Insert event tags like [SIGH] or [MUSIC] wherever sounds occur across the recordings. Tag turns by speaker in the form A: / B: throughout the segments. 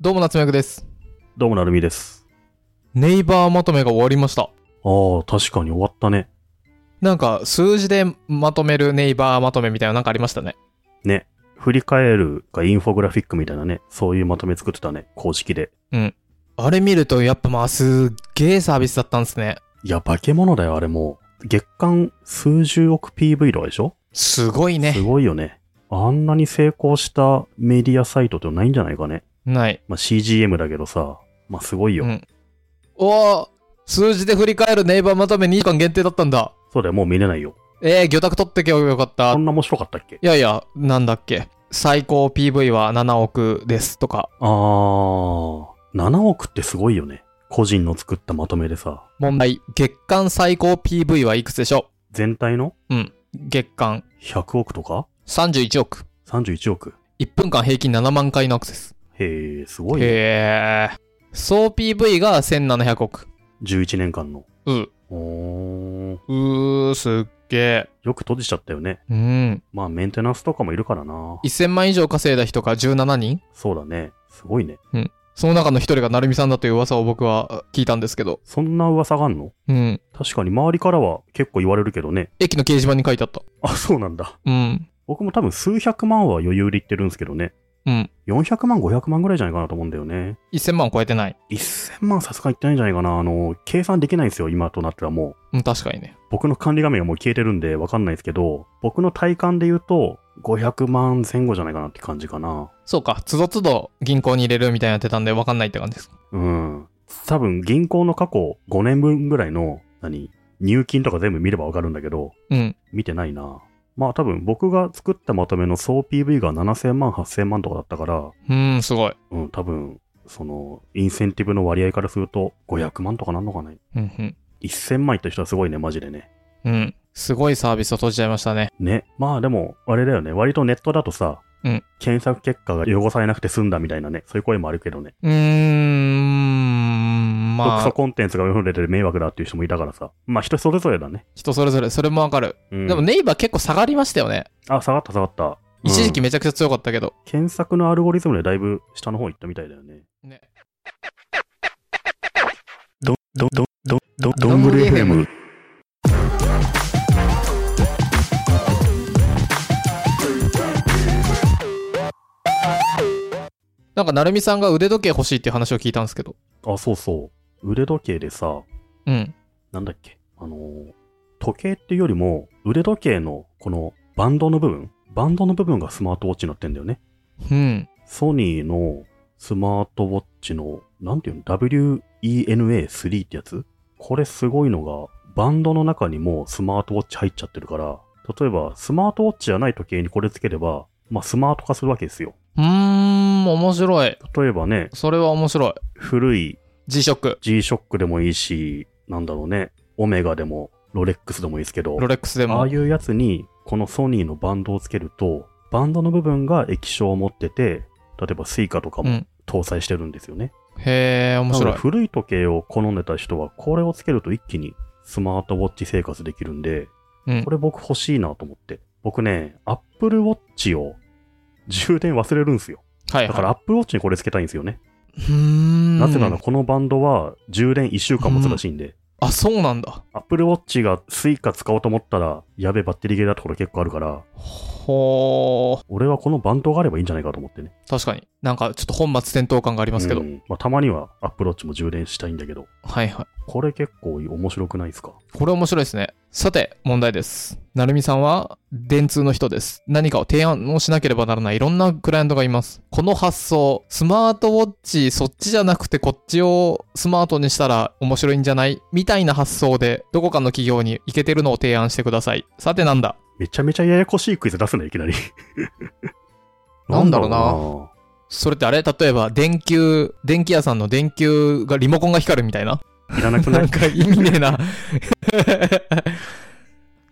A: どうも夏目役です
B: どうもなるみです。
A: ネイバーまとめが終わりました
B: ああ、確かに終わったね。
A: なんか数字でまとめるネイバーまとめみたいななんかありましたね
B: ね。振り返るかインフォグラフィックみたいなね。そういうまとめ作ってたね。公式で。
A: あれ見るとやっぱまあすっげえサービスだったんですね
B: いや、化け物だよ、あれもう。月間数十億 PV とかでしょ
A: すごい
B: す
A: ね
B: ごいよね。あんなに成功したメディアサイトってないんじゃないかね。
A: ない
B: まあ、CGM だけどさ。まあ、すごいよ。
A: うんおー数字で振り返るネイバーまとめ2時間限定だったんだ
B: そうだよ、もう見れないよ。
A: えー、魚拓取ってけばよかった
B: こ
A: い
B: んな面白かったっけ
A: やいやなんだっけ最高 PV は7億ですとか
B: あー、7億ってすごいよね。個人の作ったまとめでさ。
A: 問題月間最高 PV はいくつでしょ
B: 全体の
A: ううん月間
B: 100億とか
A: 31億
B: ?31 億。
A: 1分間平均7万回のアクセス
B: へえ、すごいね。
A: へえ。総 PV が1700億。
B: 11年間の。
A: うう
B: おー
A: ー、すっげえ。
B: よく閉じちゃったよね。
A: うん。
B: まあ、メンテナンスとかもいるからな。
A: 1000万以上稼いだ人が17人
B: そうだね。すごいね。
A: その中の一人が成美さんだという噂を僕は聞いたんですけど。
B: そんな噂があんの
A: うん。
B: 確かに周りからは結構言われるけどね。
A: 駅の掲示板に書いてあった。
B: あ、そうなんだ。
A: うん。
B: 僕も多分数百万は余裕で言ってるんですけどね。
A: うん。
B: 400万、500万ぐらいじゃないかなと思うんだよね。
A: 1000万超えてない。
B: 1000万さすがに言ってないんじゃないかな。あの、計算できないんですよ、今となってはもう。
A: うん、確かにね。
B: 僕の管理画面がもう消えてるんでわかんないですけど、僕の体感で言うと、500万前後じゃないかなって感じかな。
A: そうか、つどつど銀行に入れるみたいになってたんで分かんないって感じです。
B: うん。多分銀行の過去5年分ぐらいの、何入金とか全部見ればわかるんだけど、
A: うん。
B: 見てないな。まあ多分僕が作ったまとめの総 PV が7000万、8000万とかだったから、
A: うーん、すごい。
B: うん、多分、その、インセンティブの割合からすると500万とかなんのかな
A: うん、うん。
B: ?1000 万いった人はすごいね、マジでね。
A: うん。すごいサービスを閉じちゃいましたね。
B: ね。まあでも、あれだよね。割とネットだとさ、
A: うん
B: 検索結果が汚されなくて済んだみたいなね、そういう声もあるけどね。
A: うーん、
B: 読
A: ま
B: 書
A: あ、
B: コンテンツが世の出て迷惑だっていう人もいたからさ。まあ人それぞれだね。
A: 人それぞれ、それもわかる。
B: うん、
A: でもネイバー結構下がりましたよね。
B: あ、下がった下がった。
A: 一時期
B: うん
A: めちゃくちゃ強かったけど。
B: 検索のアルゴリズムでだいぶ下の方行ったみたいだよね。
A: ね。
B: ど、ど、ど、ど、ど、
A: どんぐり FM。なんか、なるみさんが腕時計欲しいっていう話を聞いたんですけど。
B: あ、そうそう。腕時計でさ、
A: うん。
B: なんだっけ。あのー時計っていうよりも、腕時計のこのバンドの部分、バンドの部分がスマートウォッチになってんだよね。
A: うん。
B: ソニーのスマートウォッチの、なんていうの、WENA3 ってやつこれすごいのが、バンドの中にもうスマートウォッチ入っちゃってるから、例えばスマートウォッチじゃない時計にこれつければ、まあスマート化するわけですよ。
A: うーん、面白い。
B: 例えばね、
A: それは面白い。
B: 古い
A: G-SHOCK、
B: G-SHOCK でもいいし、なんだろうね、オメガでも、ロレックスでもいいですけど、
A: ロレックスで
B: あ
A: も
B: あ。いうやつに、このソニーのバンドをつけると、バンドの部分が液晶を持ってて、例えばスイカとか
A: う
B: も
A: ん。
B: 搭載してるんですよね。
A: へえ、面
B: な
A: 白
B: の
A: い
B: で。古い時計を好んでた人は、これをつけると一気にスマートウォッチ生活できるんで、
A: うん
B: こ。れ僕欲しいなと思って。僕ね、Apple Watch を充電忘れるんですよ。
A: はい、
B: だ
A: は
B: か
A: い。
B: ら Apple Watch にこれつけたいんですよね。
A: うーん。
B: なぜならこのバンドは充電1週間持つらしいんで、
A: あ、そうなんだ。
B: Apple Watch が Suica 使おうと思ったら、やべえバッテリー切れだところ結構あるから、
A: ほー。
B: 俺はこのバンドがあればいいんじゃないかと思ってね。
A: 確かに。なんか、ちょっと本末転倒感がありますけど。
B: うんまあ、たまには Apple Watch も充電したいんだけど、
A: はいはい。
B: これ結構面白くないですか
A: これ面白いですね。さて、問題です。なるみさんは、電通の人です。何かを提案をしなければならないいろんなクライアントがいます。この発想、スマートウォッチ、そっちじゃなくてこっちをスマートにしたら面白いんじゃないみたいな発想で、どこかの企業に行けてるのを提案してください。さてなんだ
B: めちゃめちゃややこしいクイズ出すね、いきなり。
A: [LAUGHS] なんだろうな
B: な
A: それってあれ例えば、電球、電気屋さんの電球がリモコンが光るみたいな
B: いらなくな
A: ないんか意味ねえな。 [LAUGHS]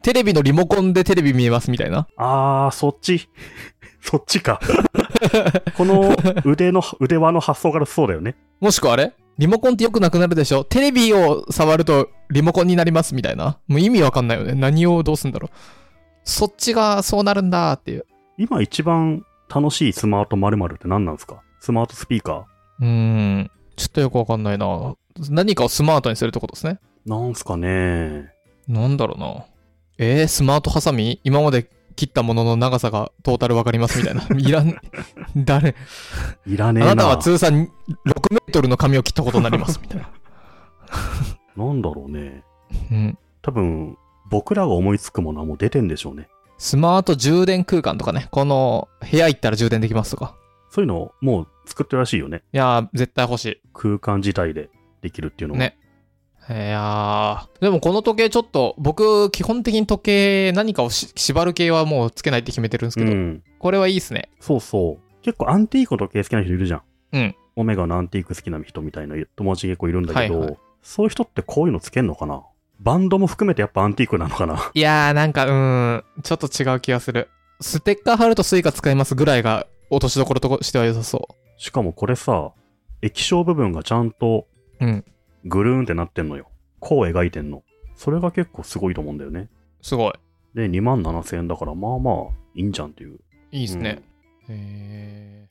A: テレビのリモコンでテレビ見えますみたいな。
B: [LAUGHS] あー、そっち。そっ
A: [LAUGHS]
B: ちか。この腕の、腕輪の発想からそうだよね。
A: もしくはあれリモコンって良くなくなるでしょテレビを触るとリモコンになりますみたいな。もう意味わかんないよね。何をどうすんだろう。そっちがそうなるんだっていう。
B: 今一番楽しいスマート〇〇って何なんですかスマートスピーカー
A: うーん。ちょっとよくわかんないな。何かをスマートにするってことですね。
B: なんすかね
A: なんだろうな。えー、スマートハサミ今まで切ったものの長さがトータルわかりますみたいな。 [LAUGHS] いらん、誰、
B: いら
A: あ
B: ねえな。
A: なたは通算6メートルの髪を切ったことになりますみたいな。
B: なんだろうね。
A: うん。
B: 多分、僕らが思いつくものはもう出てんでしょうね。
A: スマート充電空間とかね。この部屋行ったら充電できますとか。
B: そういうのをもう作ってるらしいよね。
A: いやー、絶対欲しい。
B: 空間自体でできるっていうのは。
A: ねいやーでもこの時計ちょっと僕基本的に時計何かをし縛る系はもうつけないって決めてるんです
B: う
A: けど、
B: ん。
A: これはいいっすね
B: そうそう。結構アンティークの時計好きな人いるじゃん。
A: うん。
B: オメガのアンティーク好きな人みたいな友達結構いるんだけど、
A: はいはい
B: そういう人ってこういうのつけんのかなバンドも含めてやっぱアンティークなのかな [LAUGHS]
A: いやーなんかうーんちょっと違う気がするステッカー貼るとスイカ使いますぐらいが落としどころとしては良さそ
B: しかもこれさ、液晶部分がちゃんと
A: ううん
B: ぐるーんってなってんのよ。こう描いてんの。それが結構すごいと思うんだよね。
A: すごい
B: で、2万7千円だからまあまあいいんじゃんっていう。
A: いいっすね、へえ